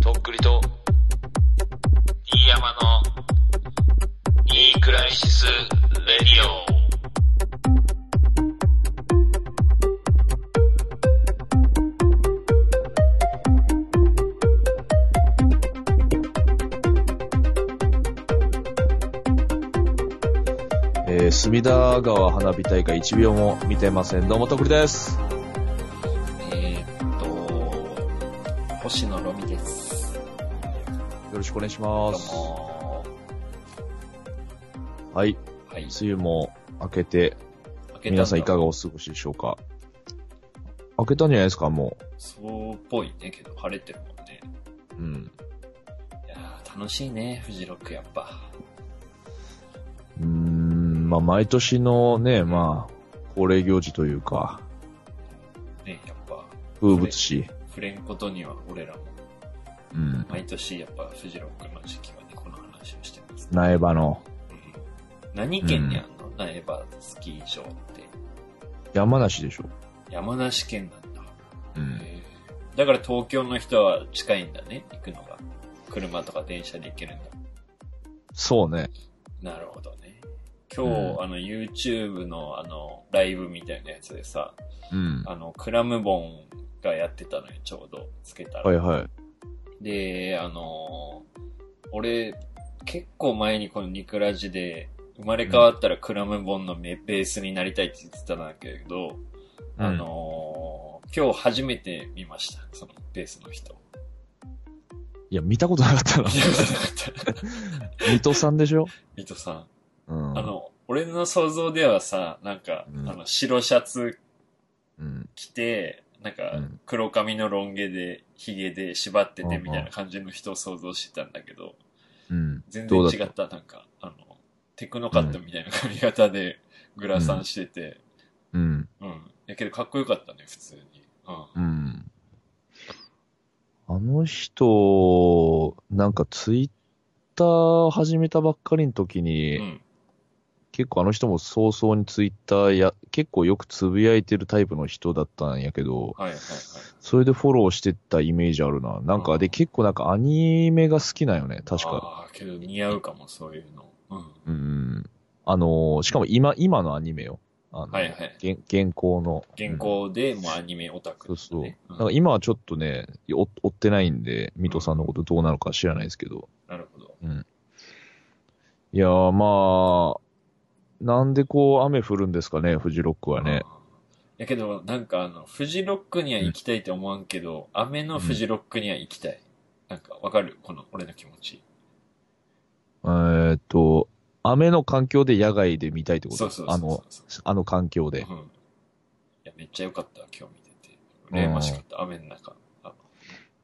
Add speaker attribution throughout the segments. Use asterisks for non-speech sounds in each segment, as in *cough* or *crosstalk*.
Speaker 1: とっくりと、飯山の、いいクライシス・レディオ。
Speaker 2: えー、隅田川花火大会1秒も見てません。どうも、とっくりです。
Speaker 3: えーっと、星野ロミです。
Speaker 2: よろしくお願いし
Speaker 3: ど
Speaker 2: ま
Speaker 3: う
Speaker 2: す。
Speaker 3: も
Speaker 2: はい。
Speaker 3: ー。はい。
Speaker 2: 梅雨も明けて、
Speaker 3: 開け
Speaker 2: 皆さんいか
Speaker 3: が
Speaker 2: がお過ごしでしょうか明けたんじゃないですか、も
Speaker 3: そうっぽいね、けど晴れてるもんね。
Speaker 2: う。うん。
Speaker 3: いやー楽しいね、フジロックやっぱ。
Speaker 2: うーん、まあ、毎年のね、まあ、恒例行事というか、
Speaker 3: ね、やっぱ、
Speaker 2: 風物詩。
Speaker 3: 触れんことには俺らも、
Speaker 2: うん。
Speaker 3: 毎年やっぱフジロックの時期はね、この話をしてます、
Speaker 2: 苗場の
Speaker 3: うん何県にあんの、苗場スキー場って。
Speaker 2: 山梨でしょ。
Speaker 3: 山梨県なんだ。
Speaker 2: うん。
Speaker 3: へーだから東京の人は近いんだね、行くのが。車とか電車で行けるんだ。
Speaker 2: そうね。
Speaker 3: なるほどね。今日、
Speaker 2: うん
Speaker 3: あの、YouTube の、あの、ライブみたいなやつでさ、
Speaker 2: うん。
Speaker 3: あの、クラムボンがやってたのよ、ちょうど、つけたら。
Speaker 2: はいはい。
Speaker 3: で、あのー俺、結構前にこのニクラジで、生まれ変わったらクラムボンのメベースになりたいって言ってたんだけど、
Speaker 2: うん
Speaker 3: あのー今日初めて見ました、そのベース
Speaker 2: *laughs*
Speaker 3: の人。
Speaker 2: いや、見たことなかった *laughs* な。水戸さんで *laughs* しょ
Speaker 3: 水戸さん。
Speaker 2: うん。
Speaker 3: あ、の、俺の想像ではさ、なんか、
Speaker 2: うん
Speaker 3: あの、白シャツ
Speaker 2: うん。
Speaker 3: 来て、なん
Speaker 2: う
Speaker 3: か
Speaker 2: ん、
Speaker 3: 黒髪のロン毛で、ヒゲで縛って
Speaker 2: うん
Speaker 3: て
Speaker 2: うん
Speaker 3: みたいな感じの人を想像してたんだけど、
Speaker 2: うん。
Speaker 3: 全然
Speaker 2: どうだ
Speaker 3: 違った、なんか、あの、テクノカットみたいな髪型でグラサンしてて、
Speaker 2: うん。
Speaker 3: うん。やけどかっこよかったね、普通に。うん。
Speaker 2: うん。あの人、なんかツイッター始めたばっかりの時に、
Speaker 3: うん。
Speaker 2: 結構あの人も早々にツイッターや、結構よくつぶやいてるタイプの人だったんやけど、
Speaker 3: はいはいはい。
Speaker 2: それでフォローしてったイメージあるな。なんか、
Speaker 3: うん
Speaker 2: で、結構なんかアニメが好きなんよね、確か。
Speaker 3: ああ、けど似合うかも、そういうの。うん。
Speaker 2: うん。あのー、しかも今、今のアニメよ。あの、
Speaker 3: はいはい
Speaker 2: げん現行の。
Speaker 3: 原稿でもうアニメオタク
Speaker 2: そう
Speaker 3: だ
Speaker 2: そう。
Speaker 3: ね。
Speaker 2: なん
Speaker 3: う
Speaker 2: か
Speaker 3: ん
Speaker 2: 今はちょっとね、お追ってないんで、ミトさんのことどうなのか知らないですけど。
Speaker 3: なるほど。
Speaker 2: いやー、まあ、なんでこう雨降るんですかね、フジロックはね。
Speaker 3: あー。やけど、なんかあの、フジロックには行きたいって思わんけど、雨のフジロックには行きたい。なんかわかるこの俺の気持ち。
Speaker 2: えーっと、雨の環境で野外で見たいってこと
Speaker 3: そうそうそう
Speaker 2: あ
Speaker 3: そう
Speaker 2: の、あの環境で。
Speaker 3: うん。いや、めっちゃ良かった、今日見てて。羨ましかった、雨の中。あの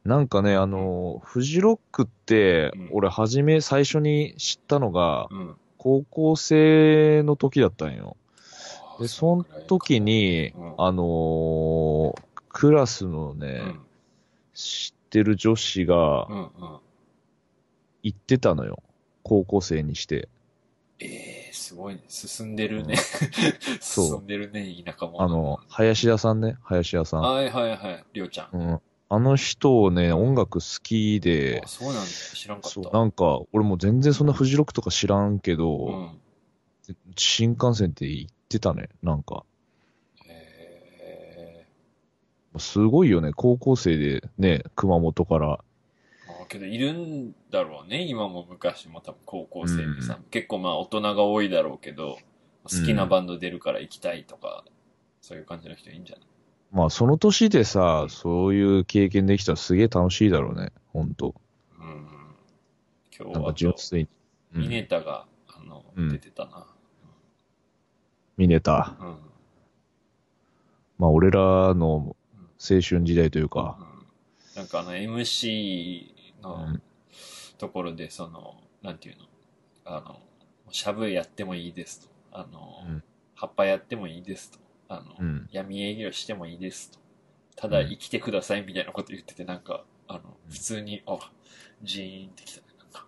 Speaker 2: なんかね、あの、フジロックって
Speaker 3: うん、
Speaker 2: 俺、初め、最初に知ったのが、
Speaker 3: うん。
Speaker 2: 高校生の時だったんよ。で、その
Speaker 3: ん
Speaker 2: 時に
Speaker 3: うん、
Speaker 2: あのークラスの
Speaker 3: う
Speaker 2: ね、
Speaker 3: ん。
Speaker 2: 知ってる女子が
Speaker 3: うんうん。
Speaker 2: 行ってたのよ。高校生にして。
Speaker 3: ええー、すごいね。進んでるね。
Speaker 2: *laughs* そう
Speaker 3: 進んでるね、田舎も。
Speaker 2: あの、、林田さんね、林田さん。
Speaker 3: はいはいはい、りょうちゃん。
Speaker 2: うん。あの人ね、音楽好きで
Speaker 3: あ、そうなんだ。知らんかった。
Speaker 2: そう、なんか、俺もう全然そんなフジロックとか知らんけど、
Speaker 3: うん。
Speaker 2: 新幹線って行ってたね、なんか。
Speaker 3: え
Speaker 2: すごいよね、高校生でね、熊本から。
Speaker 3: ー、まあけどいるんだろうね。今も昔も多分高校生でさ、
Speaker 2: う
Speaker 3: 結構まあ大人が多いだろうけど、好きなバンド出るから行きたいとか、そういう感じの人いいんじゃない
Speaker 2: まあ、その年でさ、そういう経験できたらすげえ楽しいだろうね、ほんと。
Speaker 3: うん。今
Speaker 2: なん
Speaker 3: 日は
Speaker 2: か
Speaker 3: あと
Speaker 2: 純、粋に。うん
Speaker 3: ミネタが、あの、
Speaker 2: うん
Speaker 3: 出てたな。
Speaker 2: ミネタ。
Speaker 3: うん。うん。
Speaker 2: まあ、俺らの青春時代というか。
Speaker 3: なんかあの MC の
Speaker 2: うん
Speaker 3: ところで、その、なんていうの、あの、しゃぶやってもいいですと。あの、
Speaker 2: うん
Speaker 3: 葉っぱやってもいいですと。あの、
Speaker 2: うん。
Speaker 3: 闇営業してもいいですと。ただ生きてくださいみたいなこと言ってて、なんか、あの、
Speaker 2: うん
Speaker 3: 普通に、あ、ジーンってきたね。なんか、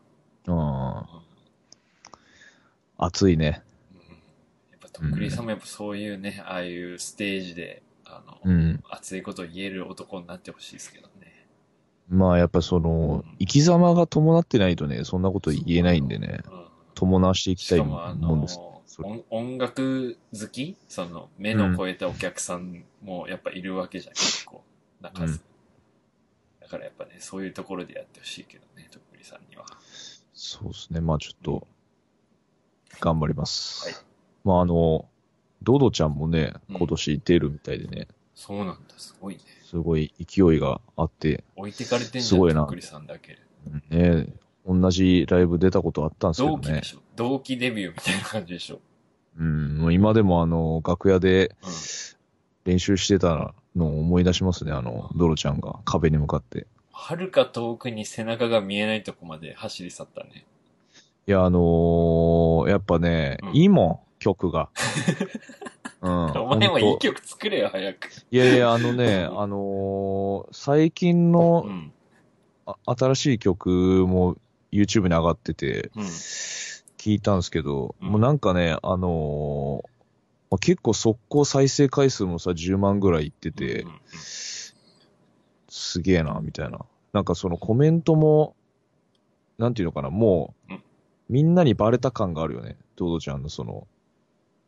Speaker 2: あ
Speaker 3: うん
Speaker 2: あ、熱いね。
Speaker 3: うんやっぱ、とっくりさんもやっぱそういうね、ああいうステージで、あの、
Speaker 2: うん。
Speaker 3: 熱いことを言える男になってほしいですけどね。
Speaker 2: まあやっぱその、生き様が伴ってないとね、そんなこと言えないんでね、
Speaker 3: うん
Speaker 2: 伴わしていきた
Speaker 3: し
Speaker 2: い
Speaker 3: かもあ
Speaker 2: もんです。
Speaker 3: の
Speaker 2: そ、れ
Speaker 3: 音音楽好きその、目の超えたお客さんもやっぱいるわけじゃん、結構、な数。
Speaker 2: うん
Speaker 3: だからやっぱね、そういうところでやってほしいけどね、とっくりさんには。
Speaker 2: そうですね、まあちょっと、頑張ります。
Speaker 3: はい
Speaker 2: まああの、ドドちゃんもね、
Speaker 3: うん
Speaker 2: 今年出るみたいでね、
Speaker 3: そうなんだ、すごいね。
Speaker 2: すごい勢いがあって、
Speaker 3: 置いてかれてん
Speaker 2: す
Speaker 3: じゃん、
Speaker 2: ごいな
Speaker 3: とっくりさんだけ。
Speaker 2: ね、同じライブ出たことあったんですけど
Speaker 3: 同期
Speaker 2: ね
Speaker 3: で。しょ、同期デビューみたいな感じでしょ。
Speaker 2: うん、もう今でもあの、楽屋で
Speaker 3: うん
Speaker 2: 練習してたのを思い出しますね、あの、ドロちゃんが壁に向かって。
Speaker 3: はるか遠くに背中が見えないとこまで走り去ったね。
Speaker 2: いや、あのーやっぱね、
Speaker 3: うん
Speaker 2: いいもん、曲
Speaker 3: *laughs*
Speaker 2: が。うん。
Speaker 3: お前もいい
Speaker 2: ほんと
Speaker 3: 曲作れよ、早く。
Speaker 2: いやいや、あの
Speaker 3: *laughs*
Speaker 2: ね、あのー最近の
Speaker 3: うん。
Speaker 2: あ新しい曲も YouTube に上がってて、
Speaker 3: うん。
Speaker 2: 聞いたんですけど、
Speaker 3: うん
Speaker 2: もうなんかね、あのーまあ結構速攻再生回数もさ、10万ぐらいいってて、
Speaker 3: うんうん
Speaker 2: すげえな、みたいな。なんかそのコメントも、なんていうのかな、もう、
Speaker 3: うん
Speaker 2: みんなにバレた感があるよね。ドドちゃんのその、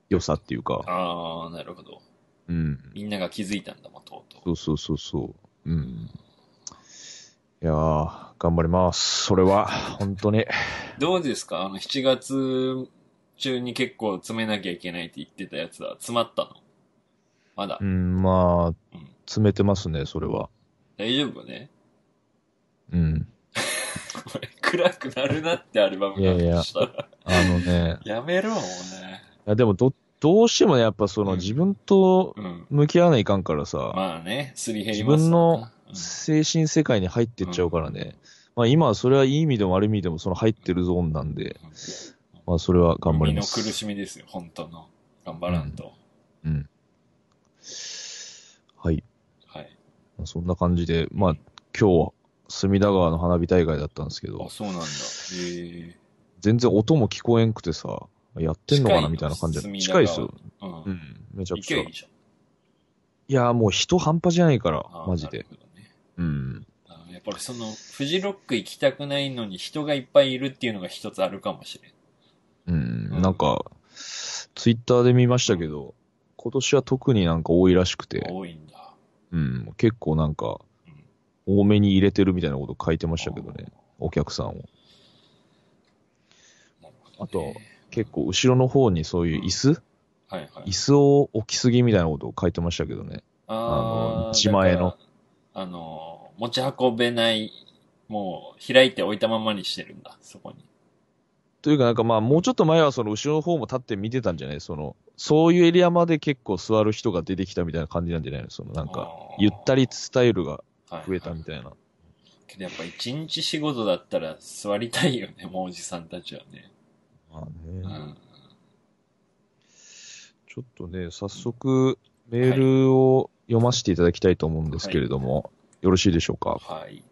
Speaker 2: 良さっていうか。
Speaker 3: ああ、なるほど。
Speaker 2: うん。
Speaker 3: みんなが気づいたんだもん、とうとう。
Speaker 2: そうそうそうそう。うん。いやー、頑張ります。それは、本当に。
Speaker 3: どうですかあの、7月中に結構詰めなきゃいけないって言ってたやつは詰まったのまだ
Speaker 2: う。ん、まあ
Speaker 3: うん、
Speaker 2: 詰めてますね、それは。
Speaker 3: 大丈夫ね *laughs*
Speaker 2: うん。
Speaker 3: これ暗くなるなってアルバム
Speaker 2: いやいや
Speaker 3: だとしたら。、
Speaker 2: あのね
Speaker 3: *laughs* やめろ、もうね。
Speaker 2: いやでもど、どうしてもね、やっぱその、
Speaker 3: うん
Speaker 2: 自分と
Speaker 3: うん。
Speaker 2: 向き合わないかんからさ、
Speaker 3: まあね、すり減ります
Speaker 2: 自分の
Speaker 3: わな
Speaker 2: 精神世界に入ってっちゃうからね。まあ今はそれはいい意味でも悪い意味でもその入ってるゾーンなんで、
Speaker 3: うん
Speaker 2: まあそれは頑張り
Speaker 3: 身
Speaker 2: ま
Speaker 3: の
Speaker 2: す。
Speaker 3: 苦しみですよ、本当の。頑張らんと。
Speaker 2: うん。はい。
Speaker 3: はい。
Speaker 2: まあそんな感じで、まあ今日、隅田川の花火大会だったんですけ
Speaker 3: あ、
Speaker 2: ど、
Speaker 3: そうなんだ。へえ。
Speaker 2: 全然音も聞こえんくてさ、やってんのかなみたいな感じ
Speaker 3: 近い
Speaker 2: で。
Speaker 3: の
Speaker 2: 近いですよ。
Speaker 3: うん
Speaker 2: う。ん。めちゃくち
Speaker 3: 勢
Speaker 2: ゃ。
Speaker 3: いい
Speaker 2: い
Speaker 3: いじゃん。
Speaker 2: や、もう人半端じゃないから
Speaker 3: あ、ー
Speaker 2: マジで。。
Speaker 3: なるほどね
Speaker 2: うん。
Speaker 3: あのやっぱりその、フジロック行きたくないのに人がいっぱいいるっていうのが一つあるかもしれん。
Speaker 2: うん。なんか、ツイッターで見ましたけど、今年は特になんか多いらしくて。
Speaker 3: 多いんだ。
Speaker 2: うん、結構なんか、多めに入れてるみたいなこと書いてましたけどね、お客さんを。
Speaker 3: なるほどね
Speaker 2: あと、結構後ろの方にそういう椅子、
Speaker 3: はいはい
Speaker 2: 椅。子を置きすぎみたいなことを書いてましたけどね。あの
Speaker 3: ー
Speaker 2: 自前の。
Speaker 3: だからあの、持ち運べない、もう開いて置いたままにしてるんだ、そこに。
Speaker 2: というかなんかまあもうちょっと前はその後ろの方も立って見てたんじゃないその、そういうエリアまで結構座る人が出てきたみたいな感じなんじゃないのそのなんか、
Speaker 3: あー
Speaker 2: ゆったりスタイルが増え
Speaker 3: は
Speaker 2: た
Speaker 3: いは
Speaker 2: みたいな。
Speaker 3: いけどやっぱ一日仕事だったら座りたいよね、もうおじさんたちはね。
Speaker 2: ま
Speaker 3: う
Speaker 2: あね、
Speaker 3: ん。
Speaker 2: ちょっとね、早速メールを読ませていただきたいと思うんですけれども、よろしいでしょうか。
Speaker 3: はい。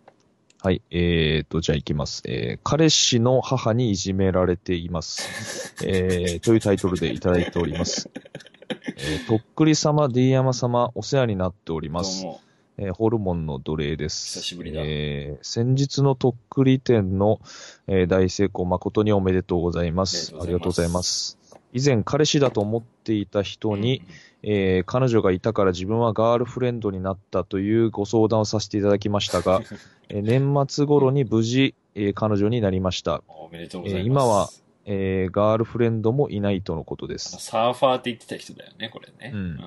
Speaker 2: はい。えーと、じゃあ行きます。えー、彼氏の母にいじめられています。
Speaker 3: *laughs*
Speaker 2: えー、というタイトルでいただいております。えー、とっくり様、D 山様、お世話になっており
Speaker 3: ど
Speaker 2: ま
Speaker 3: う
Speaker 2: す。
Speaker 3: も。
Speaker 2: えー、ホルモンの奴隷です。
Speaker 3: 久しぶりだ
Speaker 2: えー、先日のとっくり店の、えー大成功、誠におめでとうございます。あ
Speaker 3: あ
Speaker 2: り
Speaker 3: り
Speaker 2: がとうご
Speaker 3: がとうご
Speaker 2: ざ
Speaker 3: ざ
Speaker 2: い
Speaker 3: い
Speaker 2: ま。
Speaker 3: ます
Speaker 2: 以前、彼氏だと思っていた人に、えー彼女がいたから自分はガールフレンドになったというご相談をさせていただきました
Speaker 3: *laughs*
Speaker 2: が、えー年末頃に無事、えー彼女になりました、
Speaker 3: うん、おめでとうござい
Speaker 2: えー
Speaker 3: ます。
Speaker 2: 今はえーガールフレンドもいないとのことで
Speaker 3: あの
Speaker 2: す。
Speaker 3: サーファーって言ってた人だよね、これね。
Speaker 2: うん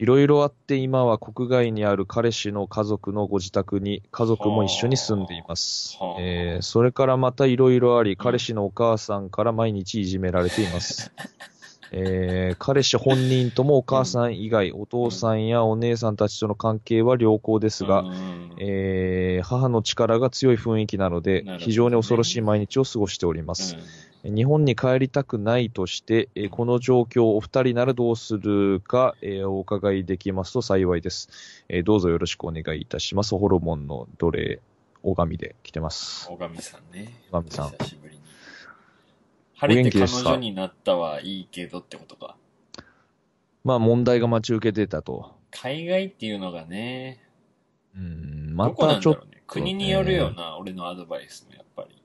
Speaker 2: いろいろあって今は国外にある彼氏の家族のご自宅に家族も一緒に住んでいます
Speaker 3: は。あ
Speaker 2: えーそれからまたいろいろあり、彼氏のお母さんから毎日いじめられてい
Speaker 3: *laughs*
Speaker 2: ます。えー彼氏本人ともお母さん以外、お父さんやお姉さんたちとの関係は良好ですが、
Speaker 3: うん
Speaker 2: えー母の力が強い雰囲気なので、
Speaker 3: なるほどね
Speaker 2: 非常に恐ろしい毎日を過ごしております。日本に帰りたくないとして、えーこの状況をお二人ならどうするか、えーお伺いできますと幸いです、えーどうぞよろしくお願いいたします。ホルモンの奴隷、拝みで来てます。
Speaker 3: うん、拝さんね。
Speaker 2: 拝みさん
Speaker 3: 久しぶりに。
Speaker 2: お
Speaker 3: 晴れ
Speaker 2: 元
Speaker 3: て
Speaker 2: 気で
Speaker 3: 彼
Speaker 2: すか
Speaker 3: 女になったはいいけどってことか。
Speaker 2: まあ問題が待ち受けてたと。
Speaker 3: 海外っていうのがね、
Speaker 2: うん、
Speaker 3: ど
Speaker 2: ま
Speaker 3: こな
Speaker 2: た
Speaker 3: ん
Speaker 2: ちょ
Speaker 3: だ
Speaker 2: っ
Speaker 3: ろうね。国によるよな、俺のアドバイスもやっぱり。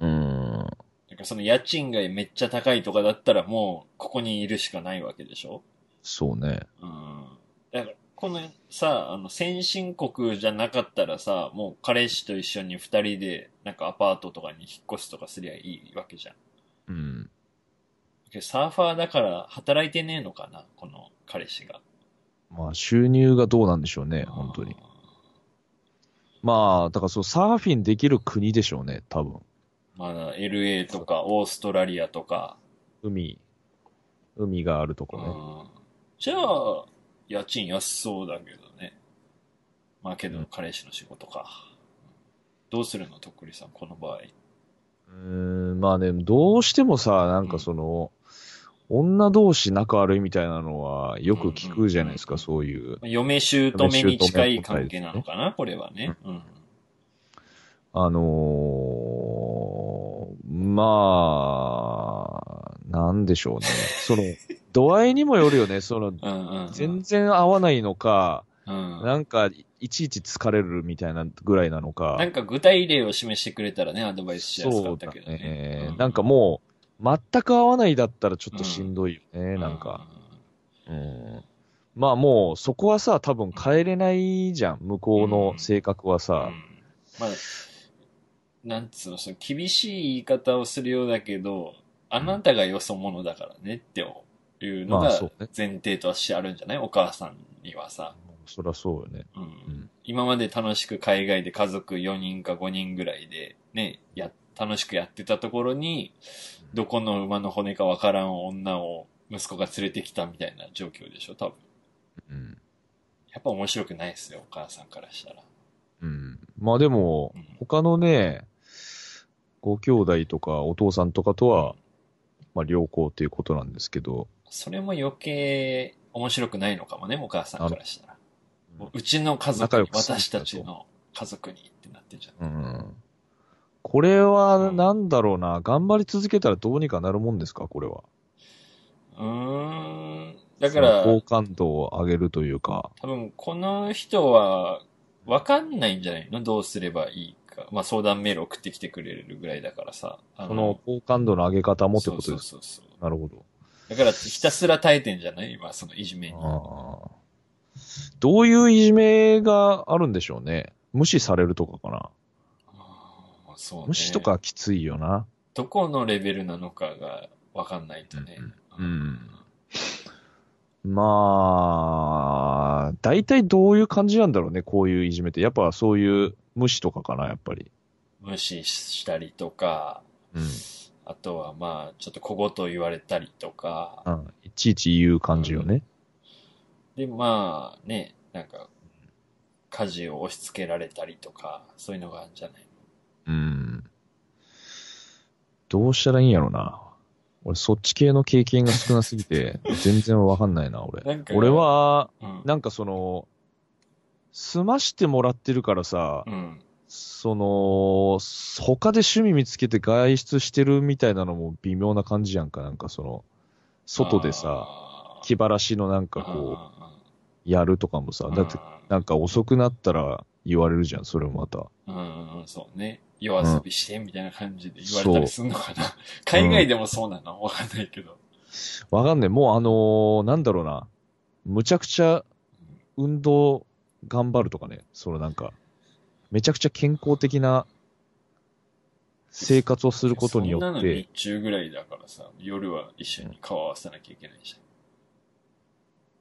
Speaker 2: うん。
Speaker 3: だからその家賃がめっちゃ高いとかだったらもうここにいるしかないわけでしょ
Speaker 2: そうね。
Speaker 3: うん。だからこのさ、あの先進国じゃなかったらさ、もう彼氏と一緒に二人でなんかアパートとかに引っ越すとかすりゃいいわけじゃん。
Speaker 2: うん。
Speaker 3: けどサーファーだから働いてねえのかなこの彼氏が。
Speaker 2: まあ、収入がどうなんでしょうね、本当に。。まあ、だからそう、サーフィンできる国でしょうね、多分。
Speaker 3: まだ LA とかオーストラリアとか。
Speaker 2: 海、海があるとこね。
Speaker 3: うんじゃあ、家賃安そうだけどね。まあけど彼氏の仕事か。どうするのとっくりさん、この場合。
Speaker 2: うーん、まあね、どうしてもさ、なんかその、女同士仲悪いみたいなのはよく聞くじゃないですか、
Speaker 3: うんうん
Speaker 2: そういう。
Speaker 3: 嫁姑に近い関係なのかなこれはね。うん。
Speaker 2: あのー、まあ、なんでしょうね。その、度合いにもよるよね、その、
Speaker 3: うんうんうん。
Speaker 2: 全然合わないのか、
Speaker 3: うん。
Speaker 2: なんか、いいちいち疲れるみたいなぐらいなのか
Speaker 3: な。んか具体例を示してくれたらね、アドバイスしやすかったけど
Speaker 2: そうだね
Speaker 3: ね。う
Speaker 2: なんかもう、全く合わないだったらちょっとしんどいよね、
Speaker 3: う
Speaker 2: なんか。。うんまあもう、そこはさ、多分変えれないじゃん、向こうの性格は
Speaker 3: うん
Speaker 2: さ。
Speaker 3: まあ、なんつうの、その厳しい言い方をするようだけど、あなたがよそ者だからねっていうの
Speaker 2: まあ
Speaker 3: が
Speaker 2: そうね
Speaker 3: 前提としてあるんじゃないお母さんにはさ。
Speaker 2: そりゃそうよね。
Speaker 3: うん
Speaker 2: ん
Speaker 3: 今まで楽しく海外で家族4人か5人ぐらいで、ね、や、楽しくやってたところに、どこの馬の骨かわからん女を息子が連れてきたみたいな状況でしょ、多分。
Speaker 2: うん。
Speaker 3: やっぱ面白くないですよ、お母さんからしたら。
Speaker 2: うん。まあでも
Speaker 3: うん、
Speaker 2: 他のね、ご兄弟とかお父さんとかとは、まあ良好ということなんですけど、
Speaker 3: それも余計面白くないのかもね、お母さんからした
Speaker 2: あ
Speaker 3: ら。
Speaker 2: の
Speaker 3: うちの
Speaker 2: 仲
Speaker 3: 家族
Speaker 2: 良
Speaker 3: に、
Speaker 2: くするんだと
Speaker 3: 私たちの家族にってなってんじゃ
Speaker 2: う
Speaker 3: ん。
Speaker 2: ん。これは、なんだろうな、頑張り続けたらどうにかなるもんですか、これは。
Speaker 3: うーん。だから、
Speaker 2: その好感度を上げるというか。
Speaker 3: 多分この人は分かんないんじゃないのどうすればいいか。まあ相談メール送ってきてくれるぐらいだからさ。あ
Speaker 2: その好感度の上げ方もってことですか
Speaker 3: そうそうそう
Speaker 2: なるほど。
Speaker 3: そう。だからひたすら耐えてんじゃない今そのいじめに。
Speaker 2: ああ。どういういじめがあるんでしょうね。無視されるとかかな。
Speaker 3: あーそうね
Speaker 2: 無視と。かきついよな。
Speaker 3: どこのレベルなのかが分かんないとね。
Speaker 2: うんうんまあ、大体どういう感じなんだろうね、こういういじめって。やっぱそういう無視とかかな、やっぱり。
Speaker 3: 無視したりとか、
Speaker 2: うん。
Speaker 3: あとはまあちょっと小言言われたりとか。
Speaker 2: うん、いちいち言う感じよね。
Speaker 3: で、まあね、なんか、家事を押し付けられたりとか、そういうのがあるんじゃない
Speaker 2: うん。どうしたらいいんやろな。俺、そっち系の経験が少なすぎ
Speaker 3: *laughs*
Speaker 2: て、全然わかんないな、俺
Speaker 3: なん。か
Speaker 2: 俺は、
Speaker 3: うん。
Speaker 2: なんかその、済ましてもらってるからさ、
Speaker 3: うん。
Speaker 2: その、他で趣味見つけて外出してるみたいなのも微妙な感じやんか、なんかその、外でさ、
Speaker 3: あー、
Speaker 2: 気晴らしのなんかこう、やるとかもさ、だって、なんか遅くなったら言われるじゃん、それもまた。
Speaker 3: うん、うんうん、そうね。夜遊びして、みたいな感じで言われたりするのかな。海外でもそうなのわかんないけど。
Speaker 2: わかんねえ、もうあのーなんだろうな、むちゃくちゃ運動頑張るとかね、そのなんか、めちゃくちゃ健康的な生活をすることによ
Speaker 3: そんな
Speaker 2: っ
Speaker 3: の
Speaker 2: て
Speaker 3: 日、中ぐらいだからさ、夜は一緒に顔合わせなきゃいけないじゃん。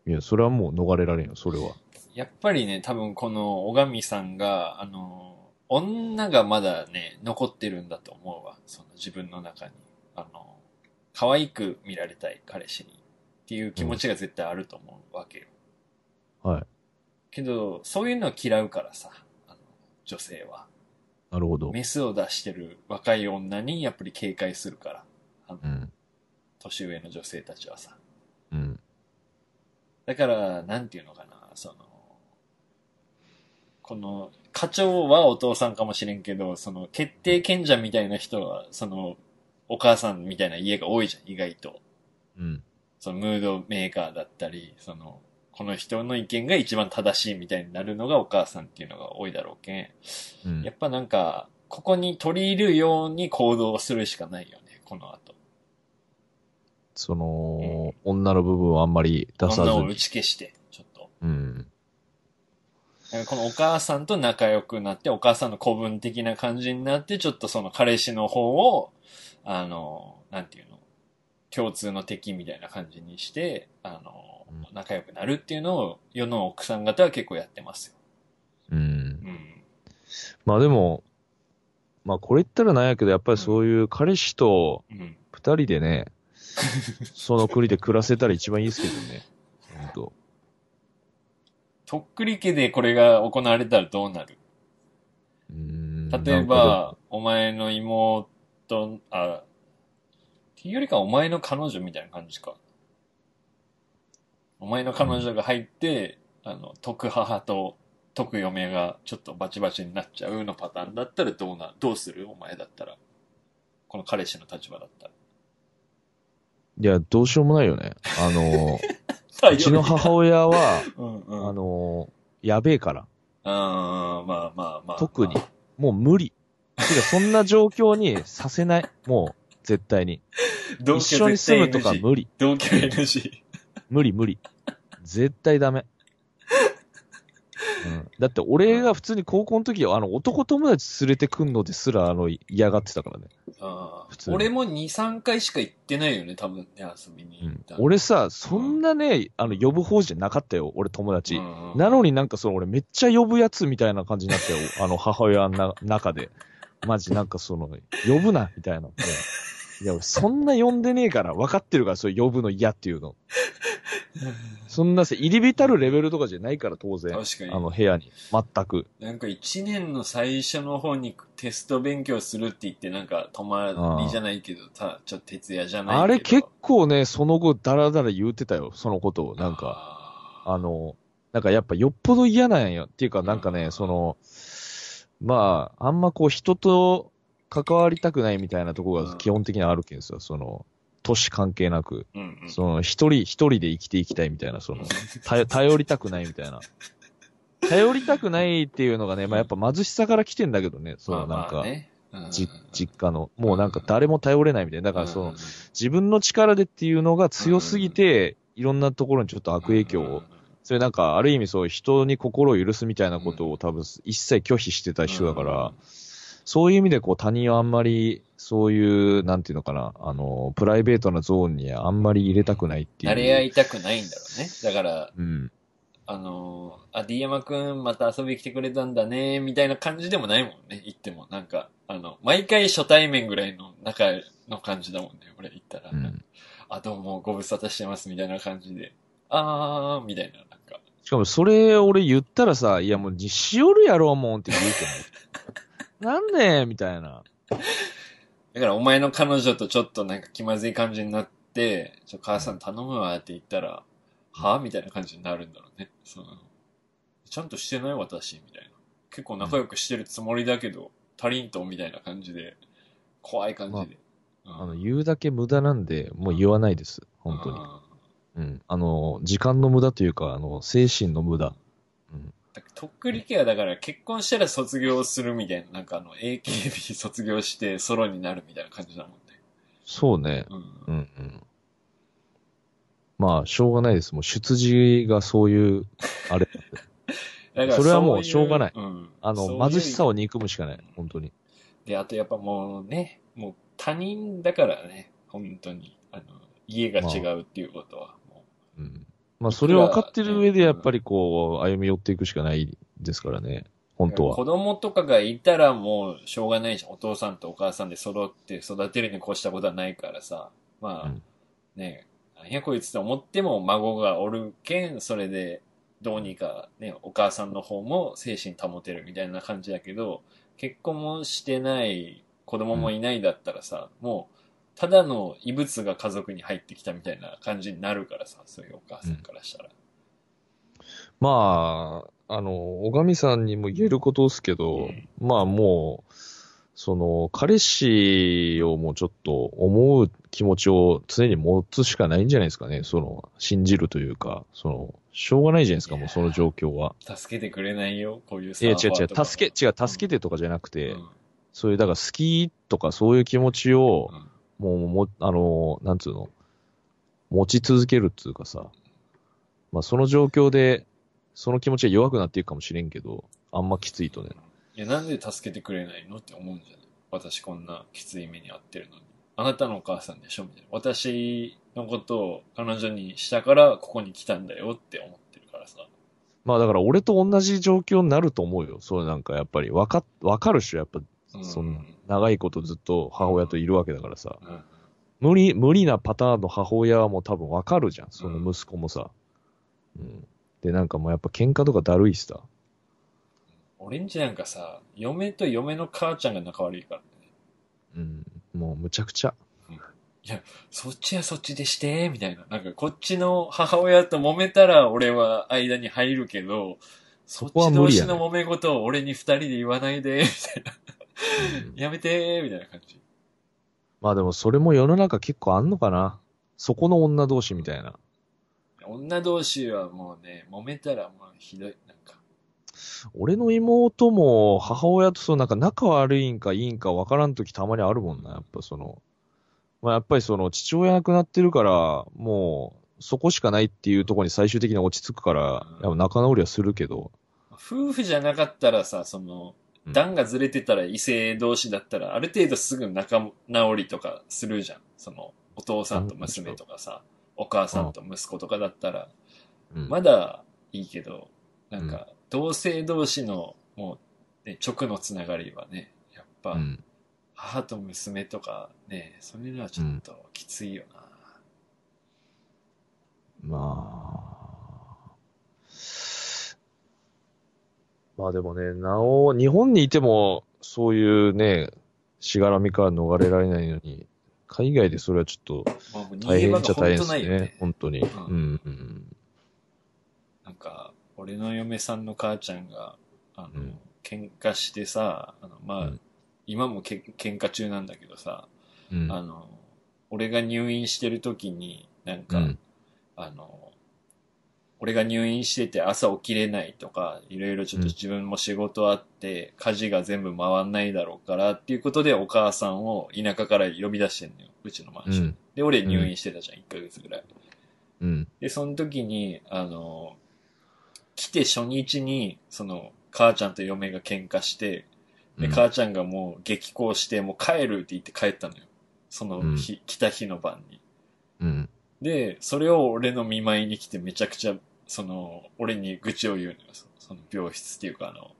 Speaker 2: いや、それはもう逃れられんよ、それは。
Speaker 3: やっぱりね、多分この小神さんが、あの、女がまだね、残ってるんだと思うわ。その自分の中に。あの、可愛く見られたい彼氏に。っていう気持ちが絶対あると思うわけよ。
Speaker 2: はい。
Speaker 3: けど、そういうの嫌うからさ、あの女性は。
Speaker 2: なるほど。
Speaker 3: メスを出してる若い女にやっぱり警戒するから。あの
Speaker 2: うん。
Speaker 3: 年上の女性たちはさ。
Speaker 2: うん。
Speaker 3: だから、なんていうのかな、その、この、課長はお父さんかもしれんけど、その、決定権者みたいな人は、その、お母さんみたいな家が多いじゃん、意外と。
Speaker 2: うん。
Speaker 3: その、ムードメーカーだったり、その、この人の意見が一番正しいみたいになるのがお母さんっていうのが多いだろうけん。
Speaker 2: うん
Speaker 3: やっぱなんか、ここに取り入るように行動するしかないよね、この後。
Speaker 2: その、女の部分はあんまり出さず
Speaker 3: 女を打
Speaker 2: に。
Speaker 3: ち消して、ちょっと。
Speaker 2: うん。
Speaker 3: なんかこのお母さんと仲良くなって、お母さんの子分的な感じになって、ちょっとその彼氏の方を、あの、なんていうの、共通の敵みたいな感じにして、あの
Speaker 2: う、
Speaker 3: 仲良くなるっていうのを、世の奥さん方は結構やってますよ。
Speaker 2: うん。
Speaker 3: うん。
Speaker 2: まあでも、まあこれ言ったらなんやけど、やっぱりそういう彼氏と
Speaker 3: うん。
Speaker 2: 二人でね、その国で暮らせたら一番いいですけどね。本当
Speaker 3: とっくり家でこれが行われたらどうなる
Speaker 2: うん
Speaker 3: 例え、ば、お前の妹、あ、っていうよりかはお前の彼女みたいな感じか。お前の彼女が入って、あの、徳母と徳嫁がちょっとバチバチになっちゃうのパターンだったらどうな、どうするお前だったら。この彼氏の立場だったら。
Speaker 2: いや、どうしようもないよね。あ
Speaker 3: *laughs*
Speaker 2: の、
Speaker 3: あ
Speaker 2: うちの母親は、
Speaker 3: *laughs* うんう
Speaker 2: あ
Speaker 3: ん。あの、
Speaker 2: の、やべえから、
Speaker 3: あまあまあまあ。
Speaker 2: 特に。もう無理。てか、そんな状況にさせない。もう、絶対に。
Speaker 3: 同居
Speaker 2: 一緒に住むとか
Speaker 3: 絶対 NG
Speaker 2: 無理。
Speaker 3: 同居 NG。
Speaker 2: 無理無理。絶対ダメ。うん、だって俺が普通に高校の時あの男友達連れてくんのですらあの嫌がってたからね、
Speaker 3: あ
Speaker 2: 普
Speaker 3: ー
Speaker 2: 通に
Speaker 3: 俺も2、3回しか行ってないよね、多分ね、遊びに
Speaker 2: う
Speaker 3: 行っ
Speaker 2: ん
Speaker 3: た。、
Speaker 2: 俺さそんなね、あの呼ぶ方じゃなかったよ俺友達、
Speaker 3: うんうん
Speaker 2: なのになんかその俺めっちゃ呼ぶやつみたいな感じになってよ。 *laughs* あの母親の中で。マジなんかその、呼ぶなみたい
Speaker 3: *laughs*
Speaker 2: な。いや、俺そんな呼んでねえから、分かってるから、それ呼ぶの嫌って
Speaker 3: *laughs*
Speaker 2: いうの。そんなせ、入り浸るレベルとかじゃないから、当然。
Speaker 3: 確かに
Speaker 2: あの部屋に。全く。
Speaker 3: なんか一年の最初の方にテスト勉強するって言ってなんか泊まりじゃないけどさ、ちょっと徹夜じゃないけど。
Speaker 2: あれ結構ね、その後、だらだら言うてたよ、そのことを。なんか。
Speaker 3: か、
Speaker 2: あの、なんかやっぱよっぽど嫌なんよ。っていうかなんか
Speaker 3: う
Speaker 2: ね、
Speaker 3: ん
Speaker 2: その、まあ、あんまこう人と関わりたくないみたいなところ
Speaker 3: う
Speaker 2: が
Speaker 3: ん
Speaker 2: 基本的にあるけんですよ。その、年関係なく。
Speaker 3: うんうん、
Speaker 2: その、一人、一人で生きていきたいみたいな、そ
Speaker 3: *laughs*
Speaker 2: の、頼頼りたくないみたいな。頼りたくないっていうのがね、まあやっぱ貧しさから来てんだけどね、そ
Speaker 3: ま
Speaker 2: の
Speaker 3: あ
Speaker 2: なん
Speaker 3: まあ
Speaker 2: か、
Speaker 3: ねうん
Speaker 2: じ実家の。もうなんか誰も頼れないみたいな。だからその、、自分の力でっていうのが強すぎて、いろんなところにちょっと悪影響をそれなんか、ある意味そう、人に心を許すみたいなことを多分一切拒否してた人だから、そういう意味でこう他人をあんまり、そういう、なんていうのかな、あの、プライベートなゾーンにあんまり入れたくないっていう。
Speaker 3: 慣れ合いたくないんだろうね。だから、
Speaker 2: うん。
Speaker 3: あのー、あ、D 山くんまた遊びに来てくれたんだね、みたいな感じでもないもんね、行っても。なんか、あの、毎回初対面ぐらいの仲の感じだもんね、俺行ったら。
Speaker 2: うん。
Speaker 3: あ、どうも、ご無沙汰してます、みたいな感じで。あー、みたいな、なんか。
Speaker 2: しかもそれ俺言ったらさ、いやもうしおるやろうもんって言うけ
Speaker 3: *laughs*
Speaker 2: ど、なんでみたいな。
Speaker 3: だから、お前の彼女とちょっとなんか気まずい感じになって、ちょ、母さん頼むわって言ったら、はみたいな感じになるんだろうね。その、ちゃんとしてない私、みたいな。結構仲良くしてるつもりだけど、足りんと、みたいな感じで、怖い感じで。
Speaker 2: あの、
Speaker 3: うん
Speaker 2: 言うだけ無駄なんで、もう言わないです。本当に。
Speaker 3: あ
Speaker 2: う
Speaker 3: ー
Speaker 2: ん。あの、時間の無駄というか、あの、精神の無駄。
Speaker 3: だからとっくり家はだから結婚したら卒業するみたいな、なんかあの AKB 卒業してソロになるみたいな感じだもんね。
Speaker 2: そうね。
Speaker 3: うん
Speaker 2: うんうん。まあ、しょうがないです。もう出自がそういう、あれ、
Speaker 3: だから
Speaker 2: それはもう
Speaker 3: い
Speaker 2: しょうがない
Speaker 3: ん
Speaker 2: あ
Speaker 3: そう
Speaker 2: の、
Speaker 3: いう
Speaker 2: 貧しさを憎むしかない。本当に。
Speaker 3: で、あとやっぱもうね、もう他人だからね、本当に。あの、家が違うっていうことは。も
Speaker 2: うん。まあ、それを分かってる上で、やっぱりこう、歩み寄っていくしかないですからね。
Speaker 3: う
Speaker 2: 本当は
Speaker 3: 子。供とかがいたらもうしょうがないじゃん。お父さんとお母さんで揃って育てるに越したことはないからさ。まあ、
Speaker 2: うん
Speaker 3: ね、なんやこいつと思っても孫がおるけん、それでどうにかね、お母さんの方も精神保てるみたいな感じだけど、結婚もしてない、子供もいないだったらさ、もう、ただの異物が家族に入ってきたみたいな感じになるからさ、そういうお母さんからしたら。
Speaker 2: まあ、あの、小神さんにも言えることですけど、
Speaker 3: うん
Speaker 2: まあもう、その、彼氏をもうちょっと思う気持ちを常に持つしかないんじゃないですかね。その、信じるというか、その、しょうがないじゃないですか、もうその状況は。
Speaker 3: 助けてくれないよ、こういう
Speaker 2: い
Speaker 3: サ
Speaker 2: や、
Speaker 3: ー
Speaker 2: 違
Speaker 3: ファ
Speaker 2: う違
Speaker 3: ーとか
Speaker 2: う、助け、違う、助けてとかじゃなく
Speaker 3: け
Speaker 2: て、そういう、だから好きとかそういう気持ちを、もう、も、あの、なんつうの、持ち続けるっていうかさ、まあその状況で、その気持ちが弱くなっていくかもしれんけど、あんまきついとね。
Speaker 3: いや、なんで助けてくれないのって思うんじゃない私こんなきつい目に遭ってるのに。あなたのお母さんでしょみたいな。私のことを彼女にしたからここに来たんだよって思ってるからさ。
Speaker 2: まあだから俺と同じ状況になると思うよ。そうなんかやっぱり、わか、わかるっしょ、やっぱ、
Speaker 3: うん
Speaker 2: そんな、長いことずっと母親といるわけだからさ。
Speaker 3: うん
Speaker 2: 無理、無理なパターンの母親はもう多分わかるじゃん、その息子もさ。うん。で、なんかもうやっぱ喧嘩とかだるいしさ。
Speaker 3: 俺んちなんかさ、嫁と嫁の母ちゃんが仲悪いからね。
Speaker 2: うん。もうむちゃくちゃ。
Speaker 3: そっちはそっちでして、みたいな。なんかこっちの母親と揉めたら俺は間に入るけど、そっ
Speaker 2: こは
Speaker 3: ち
Speaker 2: 無
Speaker 3: 同
Speaker 2: 理
Speaker 3: 士
Speaker 2: やね
Speaker 3: の揉め事を俺に二人で言わないで、み *laughs* たいな。
Speaker 2: うん
Speaker 3: やめて、みたいな感じ。
Speaker 2: まあでもそれも世の中結構あんのかな。そこの女同士みたいな。
Speaker 3: 女同士はもうね、揉めたらもうひどい。なんか、
Speaker 2: 俺の妹も母親とそのなんか仲悪いんかいいんかわからんときたまにあるもんな。やっぱその、まあやっぱりその父親亡くなってるから、もうそこしかないっていうところに最終的に落ち着くから、やっぱ仲直りはするけど。
Speaker 3: 夫婦じゃなかったらさ、その、
Speaker 2: うん
Speaker 3: 段がずれてたら異性同士だったら、ある程度すぐ仲直りとかするじゃん。その、お父さんと娘とかさ、お母さんと息子とかだったら、
Speaker 2: うん
Speaker 3: まだいいけど、なんか、同性同士の、もう、ね、直のつながりはね、やっぱ、
Speaker 2: うん
Speaker 3: 母と娘とかね、そういうのはちょっときついよな。
Speaker 2: まあ。まあでもね、なお、日本にいても、そういうね、しがらみから逃れられないのに、海外でそれはちょっと
Speaker 3: まあ、もう逃
Speaker 2: 大
Speaker 3: げ
Speaker 2: 変
Speaker 3: 場
Speaker 2: っちゃ
Speaker 3: が
Speaker 2: 大変
Speaker 3: 本
Speaker 2: で
Speaker 3: 当
Speaker 2: す
Speaker 3: ないよ
Speaker 2: ね
Speaker 3: ね。。
Speaker 2: 本当に。うん
Speaker 3: ん、
Speaker 2: うん。
Speaker 3: なんか、俺の嫁さんの母ちゃんが、あの、
Speaker 2: うん
Speaker 3: 喧嘩してさ、あの、まあ、
Speaker 2: うん
Speaker 3: 今もけ喧嘩中なんだけどさ、
Speaker 2: うん。
Speaker 3: あの、俺が入院してる時に、なんか、
Speaker 2: うん
Speaker 3: あの、俺が入院してて朝起きれないとか、いろいろちょっと
Speaker 2: うん
Speaker 3: 自分も仕事あって、家事が全部回んないだろうからっていうことでお母さんを田舎から呼び出してんのよ、うちのマンション。
Speaker 2: うん
Speaker 3: で、俺入院してたじゃん、1ヶ月ぐらい。
Speaker 2: うん。
Speaker 3: で、その時に、あの、来て初日に、その、母ちゃんと嫁が喧嘩して、で、
Speaker 2: うん
Speaker 3: 母ちゃんがもう激高して、もう帰るって言って帰ったのよ。その日、来た日の晩に。
Speaker 2: うん。
Speaker 3: で、それを俺の見舞いに来てめちゃくちゃ、その、俺に愚痴を言うのよ。そその病室っていうか、あの、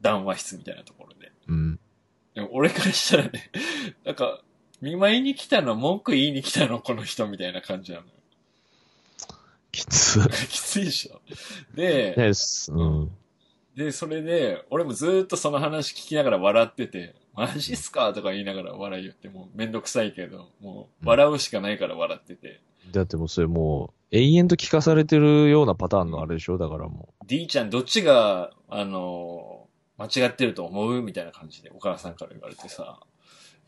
Speaker 3: 談話室みたいなところで。
Speaker 2: うん。
Speaker 3: でも俺からしたらね、 *laughs* なんか、見舞いに来たの、文句言いに来たの、この人みたいな感じなのよ。 *laughs*
Speaker 2: きつ。
Speaker 3: きついでしょ。で、
Speaker 2: ね、すうん。
Speaker 3: で、それで、俺もずーっとその話聞きながら笑ってて、マジっすかとか言いながら笑い言って、もうめんどくさいけど、もう笑うしかないから笑ってて、
Speaker 2: だってもうそれもう、永遠と聞かされてるようなパターンのあれでしょだからも
Speaker 3: *laughs* D ちゃんどっちが、あのー間違ってると思うみたいな感じでお母さんから言われてさ、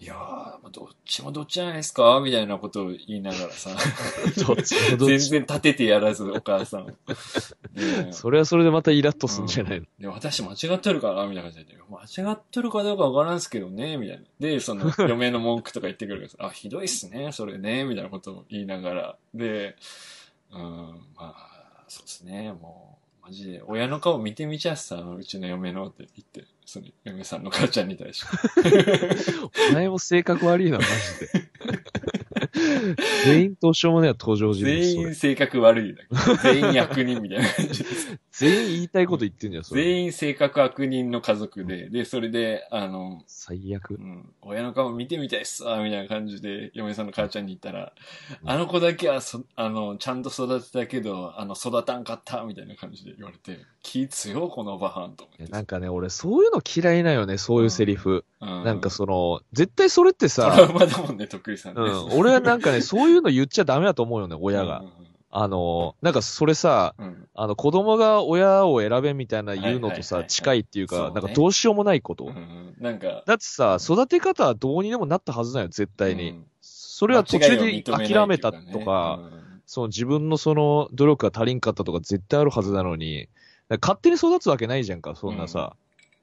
Speaker 3: いやー、どっちもどっちじゃないですかみたいなことを言いながらさ、
Speaker 2: う。どっちもどっ
Speaker 3: 全
Speaker 2: ち
Speaker 3: 然立ててやらず、お母さん
Speaker 2: *laughs*
Speaker 3: を。ねえ
Speaker 2: それはそれでまたイラッとすんじゃないの、
Speaker 3: で、私間違ってるからみたいな感じで、間違ってるかどうかわからんすけどね、みたいな。で、
Speaker 2: *laughs*
Speaker 3: その、嫁の文句とか言ってくるから、あ、ひどいっすね、それね、みたいなことを言いながら。で、うん、まあ、そうっすね、もう、マジで、親の顔見てみちゃっさ、うちの嫁のって言って、その、嫁さんの母ちゃんに対して。
Speaker 2: お前も性格悪いな、マジで。全員としょうもねえ登場人物。
Speaker 3: 全
Speaker 2: それ
Speaker 3: 員性格悪いだけ。全員役人みたい
Speaker 2: *laughs*
Speaker 3: な感じで。
Speaker 2: 全員言いたいこと言ってんじゃん、それ。
Speaker 3: 全員性格悪人の家族で、で、それで、あの、
Speaker 2: 最悪
Speaker 3: う。ん、親の顔見てみたいっすわ、みたいな感じで、嫁さんの母ちゃんに言ったら、あの子だけはそ、あの、ちゃんと育てたけど、あの、育たんかった、みたいな感じで言われて、気強い、このバハンと思
Speaker 2: い
Speaker 3: っ
Speaker 2: や
Speaker 3: て。
Speaker 2: なんかね、俺、そういうの嫌いなよね、そういうセリフ。
Speaker 3: う
Speaker 2: なんかその、絶対それって
Speaker 3: トラ *laughs*
Speaker 2: さ、
Speaker 3: ウマだもんね、徳井さん
Speaker 2: う
Speaker 3: ね。
Speaker 2: ん、俺はなんかね、そういうの言っちゃダメだと思うよね、親が。
Speaker 3: うんうん
Speaker 2: あの、なんかそれさ、
Speaker 3: うん。
Speaker 2: あの、子供が親を選べみたいな言うのと
Speaker 3: はいはいはいは
Speaker 2: さ、
Speaker 3: い
Speaker 2: 近いっていう
Speaker 3: そう
Speaker 2: か、
Speaker 3: ね
Speaker 2: なんかどうしようもないこと。
Speaker 3: うんなんか、
Speaker 2: だってさ、育て方はどうにでもなったはずだよ、絶対に。
Speaker 3: うん
Speaker 2: それは途中で
Speaker 3: 間違いを認
Speaker 2: 諦め
Speaker 3: ない
Speaker 2: た
Speaker 3: って
Speaker 2: と
Speaker 3: いう
Speaker 2: か、
Speaker 3: ね
Speaker 2: その自分のその努力が足りんかったとか絶対あるはずなのに、だから勝手に育つわけないじゃんか、そんなさ。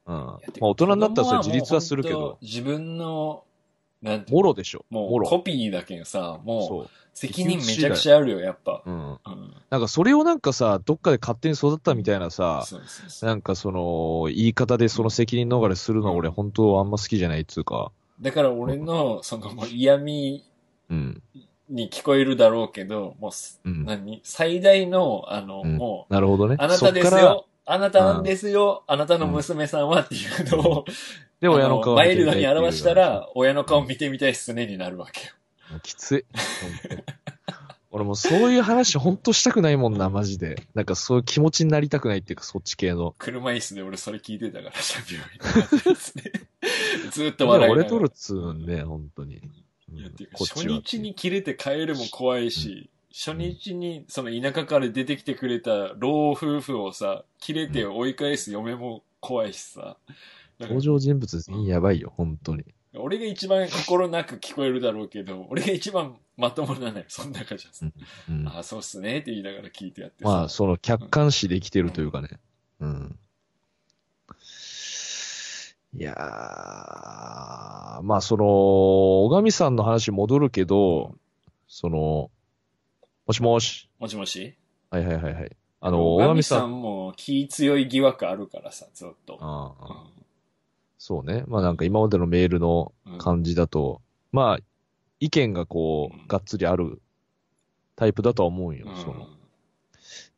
Speaker 2: うん。まあ大人になったらそれ自立はするけ。
Speaker 3: いやてか子供
Speaker 2: ど
Speaker 3: はもう本当、自分の、なんていう
Speaker 2: も
Speaker 3: の
Speaker 2: ろでしょ。
Speaker 3: も
Speaker 2: も
Speaker 3: うコ
Speaker 2: ろ。
Speaker 3: ピーだけどさ、もう
Speaker 2: そ
Speaker 3: 責任めちゃくちゃあるよ、やっぱ。
Speaker 2: う。うん。
Speaker 3: うん。
Speaker 2: なんかそれをなんかさ、どっかで勝手に育ったみたいなさ、
Speaker 3: そうそうそう
Speaker 2: なんかその、言い方でその責任逃れするのは俺本当あんま好きじゃないっつうか。
Speaker 3: だから俺の、その、もう嫌味
Speaker 2: うん。
Speaker 3: に聞こえるだろうけど、もうす、
Speaker 2: うん。
Speaker 3: 何最大の、あの、
Speaker 2: うん
Speaker 3: もう、
Speaker 2: なるほどね。
Speaker 3: あなたで
Speaker 2: そっ
Speaker 3: す
Speaker 2: から
Speaker 3: よ、あなたなんですよ、あなたの娘さんはっていうのを、
Speaker 2: で、親の
Speaker 3: あ
Speaker 2: 顔
Speaker 3: マ
Speaker 2: 見
Speaker 3: イ
Speaker 2: てみ
Speaker 3: ル
Speaker 2: たい
Speaker 3: ド
Speaker 2: って
Speaker 3: に
Speaker 2: いう
Speaker 3: 表したら、親の顔見てみたいっすねになるわけよ。
Speaker 2: もうきつい。本当俺もうそういう話ほんとしたくないもんな、マジで。なんかそういう気持ちになりたくないっていうか、そっち系の。
Speaker 3: 車椅子で俺それ聞いてたから、しゃべ
Speaker 2: *laughs*
Speaker 3: る。 *laughs* ずっと笑いながら。
Speaker 2: 俺取るっつうんね、本当に。うん
Speaker 3: いやてか
Speaker 2: こっ
Speaker 3: 初
Speaker 2: ちは。
Speaker 3: 日に切れて帰るも怖いし、初日にその田舎から出てきてくれた老夫婦をさ、切れて追い返す嫁も怖いしさ。だから
Speaker 2: 登場人物全員やばいよ、本当に。
Speaker 3: 俺が一番心なく聞こえるだろうけど、俺が一番まともなのよ、その中じゃさ。
Speaker 2: うん、
Speaker 3: ああ、そうっすねって言いながら聞いてやってさ。
Speaker 2: まあ、その客観視できてるというかね。うん。いやー、まあその、小神さんの話戻るけど、その、もしもし。
Speaker 3: もしもし
Speaker 2: はいはいはいはい。あ
Speaker 3: あ
Speaker 2: の、小神さん。
Speaker 3: さんも気強い疑惑あるからさ、ずっと。
Speaker 2: あ
Speaker 3: う
Speaker 2: あ
Speaker 3: ん
Speaker 2: そうね。まあなんか今までのメールの
Speaker 3: うん
Speaker 2: 感じだと、まあ、意見がこ
Speaker 3: うん
Speaker 2: う、がっつりあるタイプだとは思うよ。
Speaker 3: うん
Speaker 2: その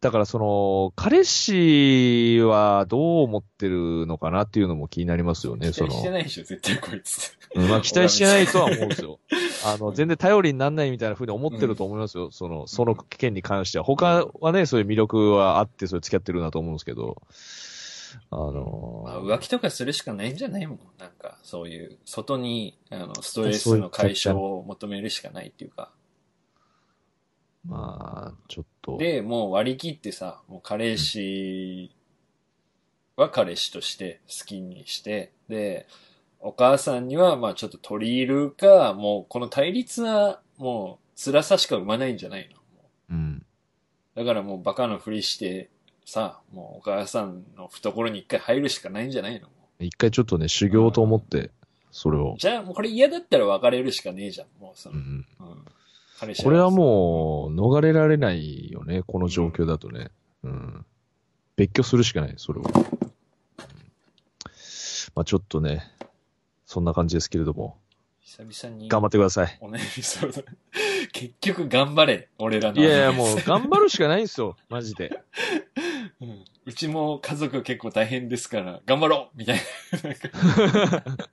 Speaker 2: だからその、彼氏はどう思ってるのかなっていうのも気になりますよね、
Speaker 3: 期
Speaker 2: そ
Speaker 3: 待して
Speaker 2: の。
Speaker 3: ないでしょ、絶対こいつ。
Speaker 2: うんまあ期待してないとは思うんです *laughs* よ。あ
Speaker 3: う
Speaker 2: の、
Speaker 3: ん
Speaker 2: 全然頼りにならないみたいな風に思ってると思いますよ。その、その件に関しては。他はね、そういう魅力はあって、それ付き合ってるんだと思うんですけど。あ
Speaker 3: まあ
Speaker 2: のー、
Speaker 3: 浮気とかするしかないんじゃないもん。なんか、そういう、外に、あの、ストレスの解消を求めるしかないっていうか。
Speaker 2: まあ、ちょっと。
Speaker 3: で、もう割り切ってさ、もう彼氏は彼氏として好きにして、で、お母さんには、まあちょっと取り入るか、もうこの対立は、もう辛さしか生まないんじゃないの
Speaker 2: うん。
Speaker 3: だからもうバカのふりして、さ、もうお母さんの懐に一回入るしかないんじゃないの
Speaker 2: 一回ちょっとね、修行と思って、それを。
Speaker 3: じゃあ、もうこれ嫌だったら別れるしかねえじゃん。もうそ
Speaker 2: う、
Speaker 3: の
Speaker 2: ん
Speaker 3: うん彼氏
Speaker 2: これはもう、逃れられないよね、この状況だとね。うん。別居するしかない、それは。うんまあちょっとね、そんな感じですけれども、
Speaker 3: 久々に
Speaker 2: 頑張ってください。
Speaker 3: お悩み相談。 *laughs* 結局頑張れ、俺らの。
Speaker 2: いやいや、もう、頑張るしかないんです *laughs* よ、マジで。
Speaker 3: *laughs* うん。うちも家族結構大変ですから、頑張ろ
Speaker 2: *laughs*
Speaker 3: うみたいな。なんか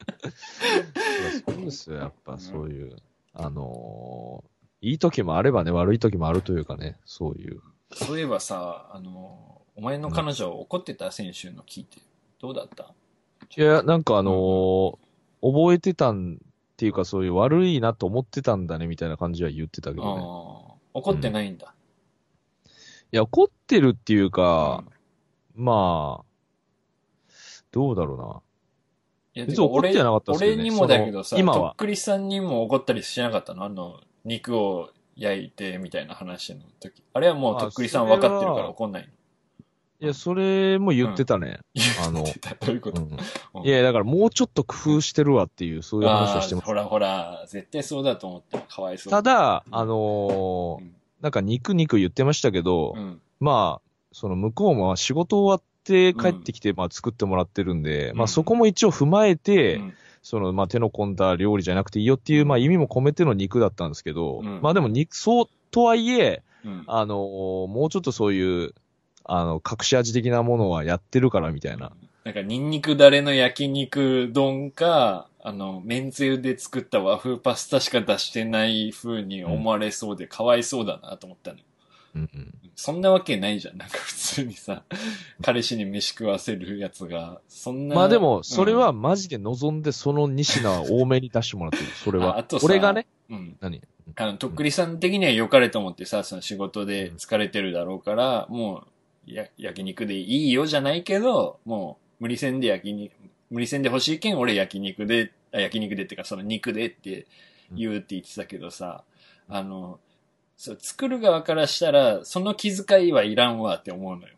Speaker 2: そうですよ、やっぱそういう。あのーいい時もあればね、悪い時もあるというかね、そういう。
Speaker 3: そういえばさ、あの、お前の彼女怒ってた選手の聞いて。どうだった
Speaker 2: いや、なんかあのー覚えてたんっていうか、そういう悪いなと思ってたんだねみたいな感じは言ってたけ
Speaker 3: あ
Speaker 2: どね。
Speaker 3: あ怒ってないんだ。
Speaker 2: いや、怒ってるっていう
Speaker 3: あ
Speaker 2: か、まあ、どうだろうな。
Speaker 3: いや
Speaker 2: 別に怒ってはなかったっすよね
Speaker 3: 俺俺にもだけど
Speaker 2: そ
Speaker 3: さ、
Speaker 2: の今は
Speaker 3: とっくりさんにも怒ったりしなかったのあの、肉を焼いてみたいな話の時。あれはもう
Speaker 2: あ
Speaker 3: とっくりさん
Speaker 2: それは
Speaker 3: 分かってるから怒んないの。
Speaker 2: いや、それも言ってたね。あ
Speaker 3: 言
Speaker 2: の
Speaker 3: ってた。どういうこと
Speaker 2: うんいや、だからもうちょっと工夫してるわっていう、そういう話をしてま
Speaker 3: あーほらほら、絶対そうだと思った。かわいそ
Speaker 2: す。
Speaker 3: う。
Speaker 2: ただ、
Speaker 3: うん
Speaker 2: あの
Speaker 3: う
Speaker 2: ー
Speaker 3: ん、
Speaker 2: なんか肉肉言ってましたけど
Speaker 3: う、ん。
Speaker 2: まあ、その向こうも仕事終わって帰ってきて、まあ作ってもらってるんで、まあそこも一応踏まえて、
Speaker 3: うん
Speaker 2: その、まあ、手の込んだ料理じゃなくていいよっていう、まあ、意味も込めての肉だったんですけど、
Speaker 3: うん
Speaker 2: まあ、でも肉、そう、とはいえ、
Speaker 3: うん。
Speaker 2: あのーもうちょっとそういう、あの、隠し味的なものはやってるから、みたいな。
Speaker 3: なんか、ニンニクだれの焼肉丼か、あの、めんつゆで作った和風パスタしか出してない風に思われそうで、かわいそうだなと思ったのよ。
Speaker 2: うんうん。
Speaker 3: そんなわけないじゃん。なんか、普通にさ、彼氏に飯食わせるやつが、そんな。
Speaker 2: まあ、でも、それは
Speaker 3: うん、
Speaker 2: マジで望んで、その2品は多めに出してもらってる、それ
Speaker 3: *laughs* ああ
Speaker 2: は
Speaker 3: と。さ
Speaker 2: 俺がね、
Speaker 3: うん。
Speaker 2: 何
Speaker 3: あの、とっくりさん的には良かれと思ってさ、その仕事で疲れてるだろうから、もう、や、焼肉でいいよじゃないけど、もう、無理せんで焼肉、無理せんで欲しいけん、俺焼肉で、あ焼肉でってか、その肉でって言うって言ってたけどさ、あの、そう、作る側からしたら、その気遣いはいらんわって思うのよ。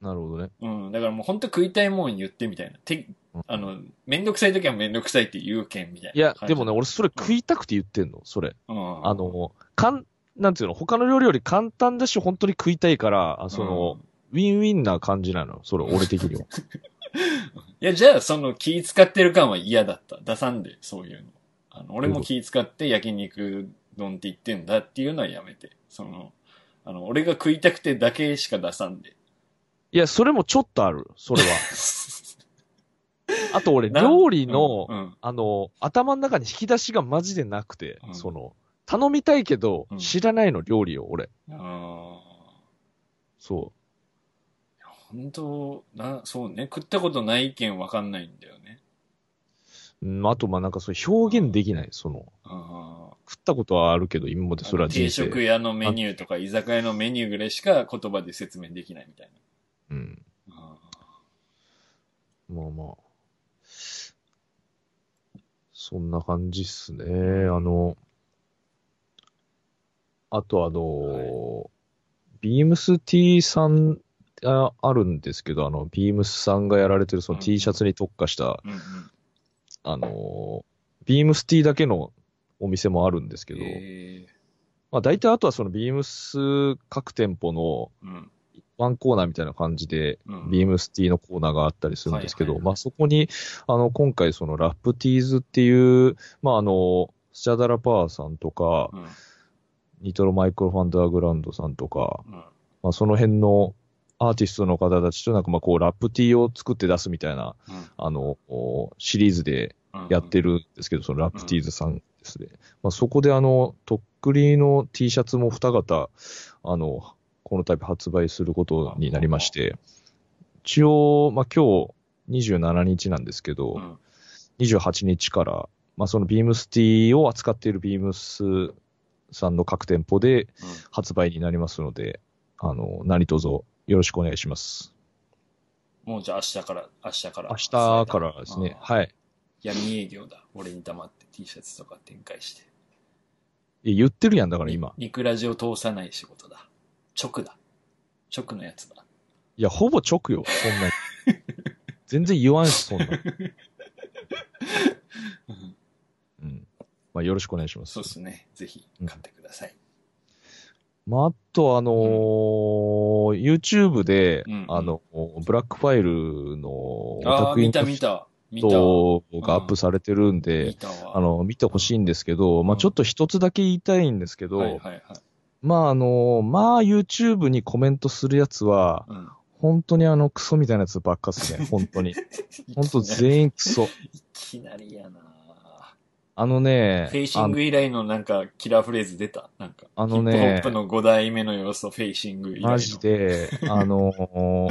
Speaker 2: なるほどね。
Speaker 3: うん、だからもう本当食いたいもん言ってみたいな。て、
Speaker 2: うん
Speaker 3: あの、めんどくさい時はめんどくさいって言うけんみたい
Speaker 2: い
Speaker 3: な。
Speaker 2: や、でもね、、俺それ食いたくて言ってんの、それ。
Speaker 3: うん、
Speaker 2: あの、かん、なんていうの、他の料理より簡単だし、本当に食いたいから、あその、ウィンウィンな感じなの、それ、俺的には。
Speaker 3: いや、じゃあ、その気使ってる感は嫌だった。出さんで、そういうの。あの、俺も気使って焼肉丼って言ってんだっていうのはやめて。その、あの、俺が食いたくてだけしか出さんで。
Speaker 2: いや、それもちょっとある、それ
Speaker 3: *laughs*
Speaker 2: は。あと俺、料理の、
Speaker 3: *laughs* うんうん
Speaker 2: あの、頭の中に引き出しがマジでなくて、
Speaker 3: うん
Speaker 2: その、頼みたいけど
Speaker 3: うん、
Speaker 2: 知らないの、料理を、俺。
Speaker 3: あ
Speaker 2: そ
Speaker 3: ー本当な、そうね。食ったことない意見わかんないんだよね。
Speaker 2: う。うん、あと、まあ、なんか、そう、表現できない、その、
Speaker 3: あー
Speaker 2: 食ったことはあるけど、今までそれは人
Speaker 3: 定
Speaker 2: 生。
Speaker 3: 食屋のメニューとか居酒屋のメニューぐらいしか言葉で説明できないみたい
Speaker 2: うん。
Speaker 3: な。あー
Speaker 2: まあまあ。そんな感じっすね。あの、あとあの、ビームス T さんがあるんですけど、あの、ビームスさんがやられてるその
Speaker 3: うん
Speaker 2: T シャツに特化した、
Speaker 3: うんうん。
Speaker 2: あの、ビームス T だけのお店もあるんですけど、
Speaker 3: え
Speaker 2: まあ大体あとはそのビームス各店舗の
Speaker 3: ーうん
Speaker 2: ワンコーナーみたいな感じで、
Speaker 3: うん
Speaker 2: ビームスティーのコーナーがあったりするんですけど、
Speaker 3: はいはい
Speaker 2: まあそこに、あの、今回そのラップティーズっていう、まああの、スチャダラパーさんとか、
Speaker 3: うん
Speaker 2: ニトロマイクロファンダーグラウンドさんとか、
Speaker 3: うん
Speaker 2: まあその辺のアーティストの方たちとなんかまあこうラップティーを作って出すみたいな、
Speaker 3: うん
Speaker 2: あの、おシリーズでやってるんですけど、そのラップティーズさんですね。まあそこであの、とっくりの T シャツも二型、あの、この度発売することになりまして、一応、まあ今日27日なんですけど、
Speaker 3: うん
Speaker 2: 28日から、まあそのビームスティーを扱っているビームスさんの各店舗で発売になりますので、あの、何卒よろしくお願いします。
Speaker 3: もうじゃあ明日から、明日から。
Speaker 2: 明日からですね、
Speaker 3: あー
Speaker 2: はい。
Speaker 3: 闇営業だ。俺に黙って T シャツとか展開して。
Speaker 2: いや言ってるやん、だから今。
Speaker 3: ニクラジを通さない仕事だ。直だ。直のやつだ。
Speaker 2: いや、ほぼ直よ、そん
Speaker 3: *laughs*
Speaker 2: なに。全然言わんし、そんな。うん。まあ、よろしくお願いします。
Speaker 3: そうですね。ぜひ買ってください。
Speaker 2: まあ、あと、あのー YouTube で、
Speaker 3: うんうん
Speaker 2: あの、ブラックファイルのオ
Speaker 3: ああー、見た
Speaker 2: の
Speaker 3: 見た。見た。
Speaker 2: 人がアッ
Speaker 3: う
Speaker 2: プ
Speaker 3: ん
Speaker 2: されてるんで、
Speaker 3: 見たわ。
Speaker 2: あ、の、見てほしいんですけど、まあ、
Speaker 3: うん
Speaker 2: ちょっと一つだけ言いたいんですけど、
Speaker 3: はいはいはい。
Speaker 2: まあ、あのーまあ、YouTube にコメントするやつは、
Speaker 3: うん。
Speaker 2: 本当にあの、クソみたいなやつばっかっすね、本
Speaker 3: *laughs*
Speaker 2: 当に。 *laughs* 本当
Speaker 3: 員。
Speaker 2: 全員クソ。
Speaker 3: いきなりやな
Speaker 2: あのね、
Speaker 3: フェイシング以来のなんかキラーフレーズ出た。なんか。
Speaker 2: あのね
Speaker 3: ヒップホップの5代目の要素、フェイシング以来の。
Speaker 2: マジ。で、あの
Speaker 3: *laughs*
Speaker 2: ー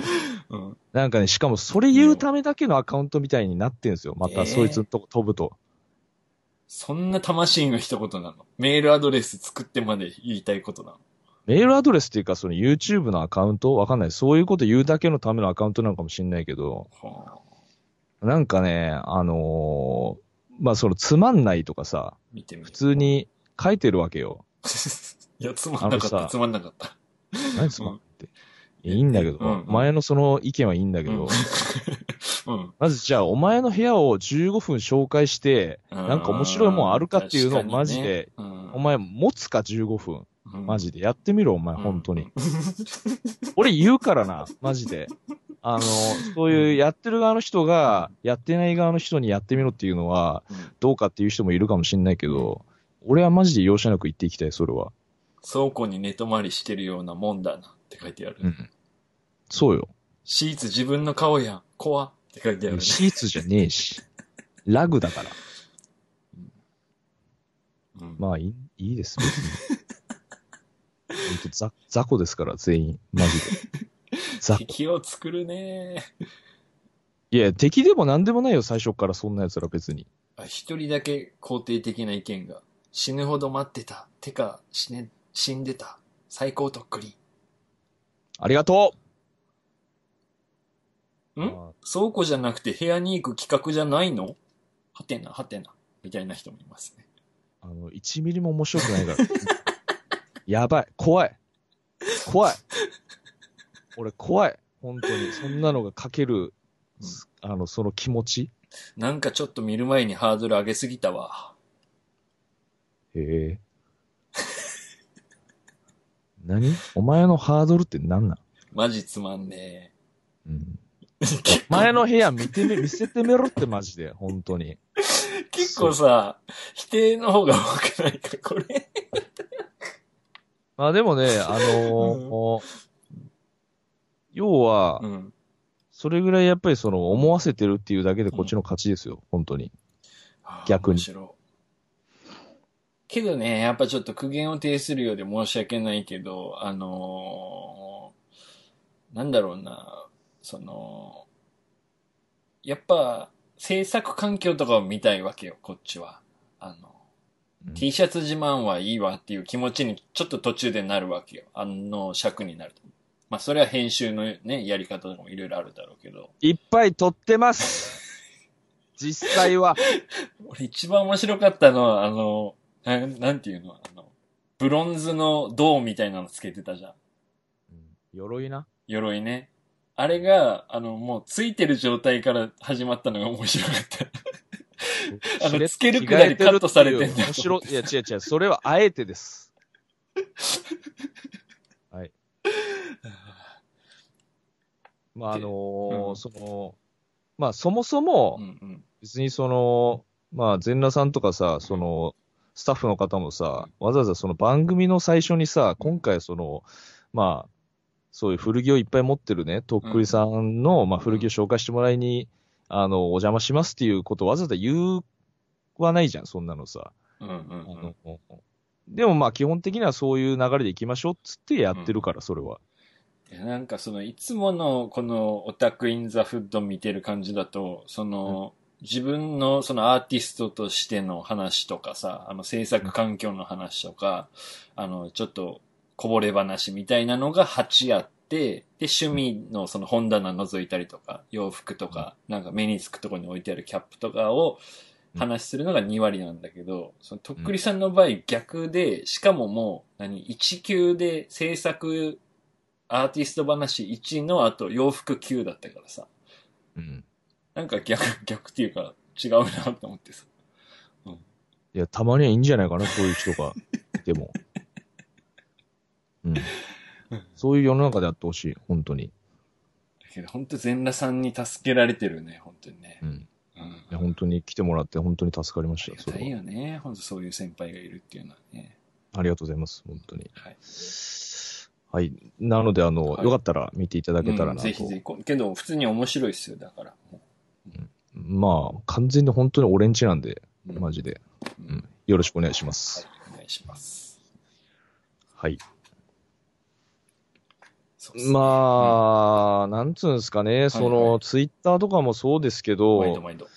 Speaker 3: うん。
Speaker 2: なんかね、しかもそれ言うためだけのアカウントみたいになってんですよ。ま
Speaker 3: えー
Speaker 2: た、そいつのとこ飛ぶと。
Speaker 3: そんな魂の一言なのメールアドレス作ってまで言いたいことなの
Speaker 2: メールアドレスっていうか、その YouTube のアカウントわかんない。そういうこと言うだけのためのアカウントなのかもしんないけど、
Speaker 3: はあ、
Speaker 2: なんかね、あのーまあ、そのつまんないとかさ、
Speaker 3: 見てみる
Speaker 2: 普
Speaker 3: *laughs*
Speaker 2: 通に書いてるわけよ。
Speaker 3: いや、つまん
Speaker 2: あ
Speaker 3: なかっ
Speaker 2: の
Speaker 3: た、
Speaker 2: さ
Speaker 3: つまんなかった。
Speaker 2: 何つまんないって。いやいいんだけど、
Speaker 3: うんうん
Speaker 2: 前のその意見はいいんだけど、
Speaker 3: うん。 *laughs*
Speaker 2: まずじゃあ、お前の部屋を15分紹介して、
Speaker 3: なん
Speaker 2: か面白いもんあるかっていうのをマジで、お前持つか15分。マジで。やってみろ、お前、
Speaker 3: うん
Speaker 2: 本当に。。 *laughs* 俺言うからな、マジで。あの、そういうやってる側の人が、やってない側の人にやってみろっていうのは、
Speaker 3: うん
Speaker 2: どうかっていう人もいるかもしんないけど、俺はマジで容赦なく言っていきたい、それは。
Speaker 3: 倉庫に寝泊まりしてるようなもんだなって書いてある。
Speaker 2: うん。そうよ。
Speaker 3: シーツ自分の顔やん、怖って書いてあるね。
Speaker 2: シーツじゃねえし。ラグだから。
Speaker 3: うん
Speaker 2: まあ、いい、いいです、別に。ほんとざ雑魚ですから、全員。マジで。雑魚。
Speaker 3: 敵を作るね
Speaker 2: いや、敵でも何でもないよ、最初からそんな奴ら別に。
Speaker 3: あ一人だけ肯定的な意見が死ぬほど待ってた。てか、死ね、死んでた。最高とっくり。
Speaker 2: ありがとうん
Speaker 3: 倉庫じゃなくて部屋に行く企画じゃないのはてな、はてな。みたいな人もいますね。
Speaker 2: あの、1ミリも面白くないから。 *laughs* やばい。怖い。怖い。俺怖い。本当に。そんなのがかける、
Speaker 3: うん
Speaker 2: あの、その気持ち。
Speaker 3: なんかちょっと見る前にハードル上げすぎたわ。
Speaker 2: へえ。何お前のハードルって何なん、
Speaker 3: マジつまんね
Speaker 2: うん、
Speaker 3: え。
Speaker 2: 前の部屋見てみ、見せてみろってマジで。本当に。
Speaker 3: *laughs* 結構さ、否定の方が多くないか、これ。
Speaker 2: まあでもね、あのー要は、
Speaker 3: うん。
Speaker 2: それぐらいやっぱりその思わせてるっていうだけでこっちの勝ちですよ、本当に。逆に
Speaker 3: あー。面白いけどね、やっぱちょっと苦言を呈するようで申し訳ないけど、あのーなんだろうな、その、やっぱ制作環境とかを見たいわけよ、こっちは。あの、
Speaker 2: うん
Speaker 3: T シャツ自慢はいいわっていう気持ちにちょっと途中でなるわけよ。あの尺になると。まあそれは編集のね、やり方とかもいろいろあるだろうけど。
Speaker 2: いっぱい撮ってます実際は。
Speaker 3: 俺一番面白かったのは、あの、ななんていうのあの、ブロンズの銅みたいなのつけてたじゃん。
Speaker 2: 鎧な。
Speaker 3: 鎧ね。あれが、あの、もうついてる状態から始まったのが面白かった。あのつけるくらいカットされて
Speaker 2: 着替えっ
Speaker 3: んだ
Speaker 2: ていう面白い。いや、違う違う。それはあえて *laughs* です。まあ、あのー
Speaker 3: うん
Speaker 2: その、まあ、そもそも
Speaker 3: う、んうん。
Speaker 2: 別にその、まあ、全裸さんとかさ、その、スタッフの方もさ、わざわざその番組の最初にさ、今回その、まあ、そういう古着をいっぱい持ってるね、とっくりさんの、まあ、古着を紹介してもらいに、あの、お邪魔しますっていうことをわざわざ言わないじゃん、そんなのさ。
Speaker 3: うんうん
Speaker 2: あ
Speaker 3: うん
Speaker 2: の、でもまあ、基本的にはそういう流れでいきましょうっつってやってるから、それは。
Speaker 3: いやなんかそのいつものこのオタクインザフッド見てる感じだと、その、自分のそのアーティストとしての話とかさ、あの制作環境の話とか、あのちょっとこぼれ話みたいなのが8あって、で趣味のその本棚覗いたりとか、洋服とか、なんか目につくところに置いてあるキャップとかを
Speaker 2: うん
Speaker 3: 話するのが2割なんだけど、そのとっくりさんの場合逆で、しかももう何、1級で制作アーティスト話1の後洋服9だったからさ。
Speaker 2: うん。
Speaker 3: なんか逆、 *laughs* 逆っていうか違うなと思ってさ。
Speaker 2: いや、たまにはいいんじゃないかな、そういう人
Speaker 3: *laughs*
Speaker 2: が。でも。うん。そういう世の中であってほしい、本当に。
Speaker 3: だけど本当全裸さんに助けられてるね、本当にね
Speaker 2: う。ん。い
Speaker 3: うん。
Speaker 2: や、本当に来てもらって、本当に助かりま
Speaker 3: あ
Speaker 2: し
Speaker 3: り
Speaker 2: た、
Speaker 3: が
Speaker 2: そ
Speaker 3: たい
Speaker 2: れは。
Speaker 3: よね。本当そういう先輩がいるっていうのはね。
Speaker 2: ありがとうございます、本当に。
Speaker 3: はい。
Speaker 2: はい。なので、あの、
Speaker 3: はい
Speaker 2: よかったら見ていただけたら
Speaker 3: うん
Speaker 2: なと。
Speaker 3: ぜひぜひ。こけど普通に面白いっすよ、だから。
Speaker 2: まあ、完全に本当に俺んちなんで、
Speaker 3: うん
Speaker 2: マジで。
Speaker 3: うん
Speaker 2: うん。よろしくお願いします。
Speaker 3: はい、お願いします。
Speaker 2: はい。
Speaker 3: そうっすね
Speaker 2: まあ、なんつうんですかね、そ
Speaker 3: はいは
Speaker 2: の、
Speaker 3: い
Speaker 2: ツイッターとかもそうですけど、
Speaker 3: 毎度毎度。う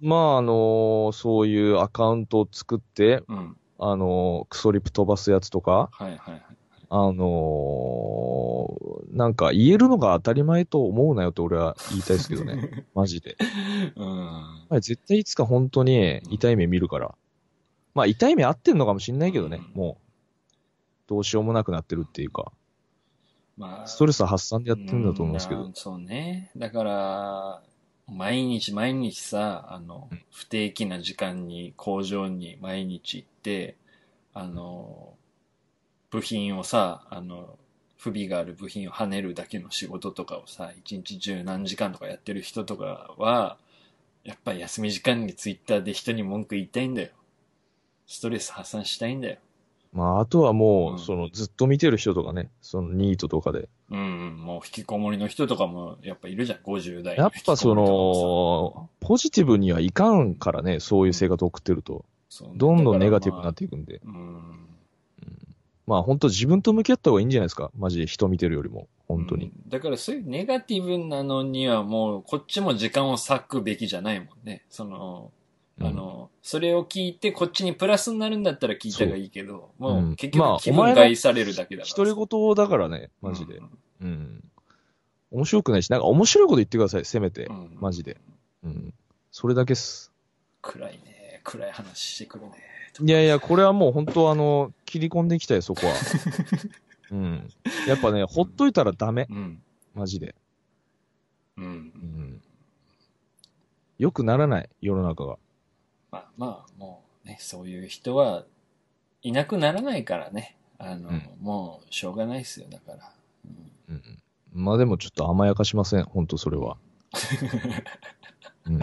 Speaker 2: まあ、あのそういうアカウントを作って、
Speaker 3: ん。うん。
Speaker 2: あの、クソリプ飛ばすやつとか、
Speaker 3: はいはいはい。
Speaker 2: あのなんか言えるのが当たり前と思うなよって俺は言いたいですけど
Speaker 3: *laughs*
Speaker 2: ね。マジで。
Speaker 3: うん。
Speaker 2: まあ絶対いつか本当に痛い目見るから。まあ痛い目合ってんのかもしんないけどね、
Speaker 3: うん
Speaker 2: もう。どうしようもなくなってるっていうか、
Speaker 3: まあ。
Speaker 2: ストレス発散でやってるんだと思うんですけ
Speaker 3: う
Speaker 2: ど
Speaker 3: ん。そうね。だから、毎日毎日さ、あの
Speaker 2: うん、
Speaker 3: 不定期な時間に工場に毎日行って、あの、部品をさ、あの、不備がある部品を跳ねるだけの仕事とかをさ、一日中何時間とかやってる人とかは、やっぱり休み時間にツイッターで人に文句言いたいんだよ。ストレス発散したいんだよ。
Speaker 2: まああとはも
Speaker 3: う
Speaker 2: う、
Speaker 3: ん
Speaker 2: そのずっと見てる人とかね、そのニートとかで。
Speaker 3: うんうん、もう引きこもりの人とかもやっぱいるじゃん、50代
Speaker 2: や
Speaker 3: の
Speaker 2: っ
Speaker 3: 引きこ
Speaker 2: ぱ
Speaker 3: もりとか
Speaker 2: そ
Speaker 3: もさ
Speaker 2: の、ポジティブにはいかんからね、そういう生活を送ってると。
Speaker 3: そうね
Speaker 2: どんどんネガティブになっ
Speaker 3: だか
Speaker 2: ていくんで。
Speaker 3: らまあうん。
Speaker 2: まあ本当自分と向き合った方がいいんじゃないですか。マジで人見てるよりも。本当
Speaker 3: う
Speaker 2: に。
Speaker 3: んだからそういうネガティブなのにはもう、こっちも時間を割くべきじゃないもんね。その、あの、それを聞いて、こっちにプラスになるんだったら聞いたがいいけど、
Speaker 2: う
Speaker 3: も
Speaker 2: う
Speaker 3: うん結
Speaker 2: まあ
Speaker 3: 局気分害されるだけだから。
Speaker 2: 独り言だからね、マジで
Speaker 3: う。ん
Speaker 2: うん。面白くないし、なんか面白いこと言ってください、せめて
Speaker 3: う。ん
Speaker 2: マジで。うん。それだけっす。
Speaker 3: 暗いね。暗い話してくるね。
Speaker 2: いやいや、これはもう本当あの、切り込んでいきたい、そこ
Speaker 3: *laughs*
Speaker 2: は。うん。やっぱね、ほっといたらダメ、
Speaker 3: うん。
Speaker 2: マジで。
Speaker 3: う。
Speaker 2: うんん。良くならない、世の中が。
Speaker 3: まあまあ、もうね、そういう人はいなくならないからね。あの、
Speaker 2: うん
Speaker 3: もうしょうがないですよ、だから。う
Speaker 2: う
Speaker 3: ん
Speaker 2: ん。まあでもちょっと甘やかしません、本当それは。うん。